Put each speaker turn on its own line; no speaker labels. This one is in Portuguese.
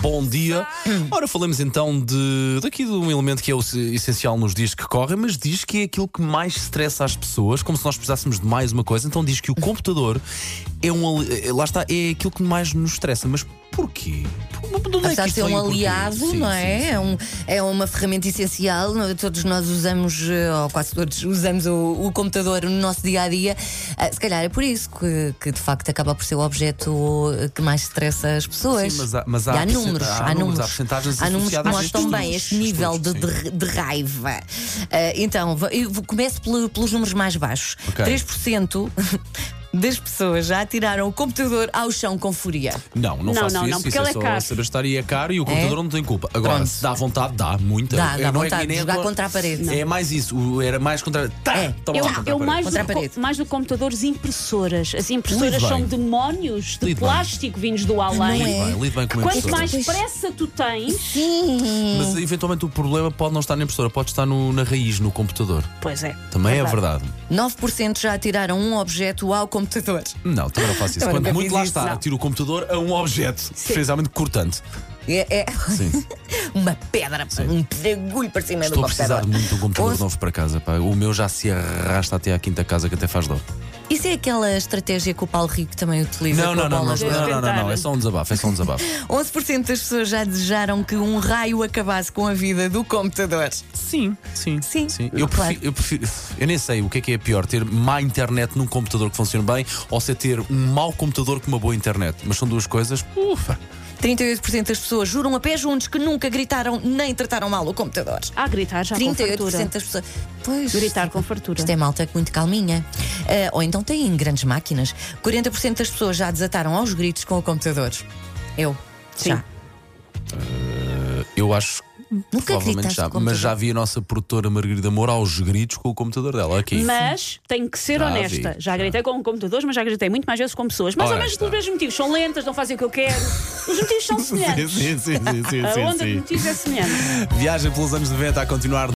Bom dia. Ora, falamos então de daqui de um elemento que é o se- essencial nos dias que correm, mas diz que é aquilo que mais estressa as pessoas, como se nós precisássemos de mais uma coisa. Então diz que o computador é um ali- lá está é aquilo que mais nos estressa, mas porquê? Por- de onde é que
Apesar de
isto
ser
vem
um
e porquê?
aliado,
Sim,
não
sim,
é?
sim.
É, um- é uma ferramenta essencial. não é? Todos nós usamos, eh, ou quase todos usamos o, o computador no nosso dia a dia. Se calhar é por isso que, que, de facto acaba por ser o objeto eh, que mais estressa as pessoas.
Sim, mas há- mas há
E
percen-
números,
há
há
números, há
números.
percentagens
Há números que
associadas a
mostram
estes
bem este
estudos,
nível de,
estudos,
de- de raiva. Eh, então, va- eu vou- começo pelo- pelos números mais baixos.
Ok.
3% das pessoas já atiraram o computador ao chão com fúria.
Não, não,
Não,
faço
não,
isso.
não, porque
isso
ele
é
é
só
caro.
saber estar e é caro e o computador não tem culpa. Agora,
Pronto.
se dá vontade, dá muita.
Dá, dá
Eu não é que
vontade de
nem
jogar
agora-
contra a parede.
É mais isso. o- Era mais contra. Tá,
É.
toma
Eu,
lá, contra a
eu
parede.
mais, do,
Contra a
que
parede.
co- mais do que computadores, impressoras. As impressoras
Lide bem.
são demónios de
Lide bem.
plástico vindos do além.
Não
Lide
é?
bem, lide bem com a
Quanto
impressora.
mais
Pois.
pressa tu tens,
Sim.
Mas eventualmente o problema pode não estar na impressora, pode estar no- na raiz, no computador.
pois é.
Também é
Verdade.
verdade.
9% já atiraram um objeto ao computador.
Não, também não faço isso.
Também
Quando
nunca
muito
fiz
lá
isso,
está,
não.
tiro o computador a um objeto, precisamente cortante.
É, é
Sim.
uma pedra, um pedregulho para cima
Estou
do
a precisar
computador.
muito de um computador
Onze-
novo para casa. pá. O meu já se arrasta até à quinta casa que até faz dor.
Isso é aquela estratégia que o Paulo Rico também utiliza.
Não,
com
não,
a
não,
é bola
não,
de-
não, não, não, não, é só um desabafo, é só um desabafo.
11% das pessoas já desejaram que um raio acabasse com a vida do computador.
Sim, sim.
Sim,
Eu,
claro.
prefiro, eu prefiro- eu nem sei o que é que é pior, ter má internet num computador que funcione bem ou se é ter um mau computador com uma boa internet. Mas são duas coisas. Ufa!
38% das pessoas juram a pé juntos que nunca gritaram nem trataram mal o computador.
Ah, gritar já com
38%
fartura.
das pessoas. Pois.
Gritar com fartura.
Isto é malta que muito calminha. Ah, ou então têm grandes máquinas. 40% das pessoas já desataram aos gritos com o computador. Eu.
Sim.
Já.
Eu acho
Nunca
provavelmente
gritaste
já,
com o
mas
computador?
já vi a nossa produtora Margarida Moura aos gritos com o computador dela aqui.
Mas tenho que ser
Já
honesta.
vi,
Já
já.
gritei com computadores, mas já gritei muito mais vezes com pessoas. Mais
Ora
ou menos
está.
pelos mesmos motivos. São lentas, não fazem o que eu quero. Os motivos são semelhantes.
sim, sim, sim, sim,
A onda de motivos é semelhante.
Viagem pelos anos 90 a continuar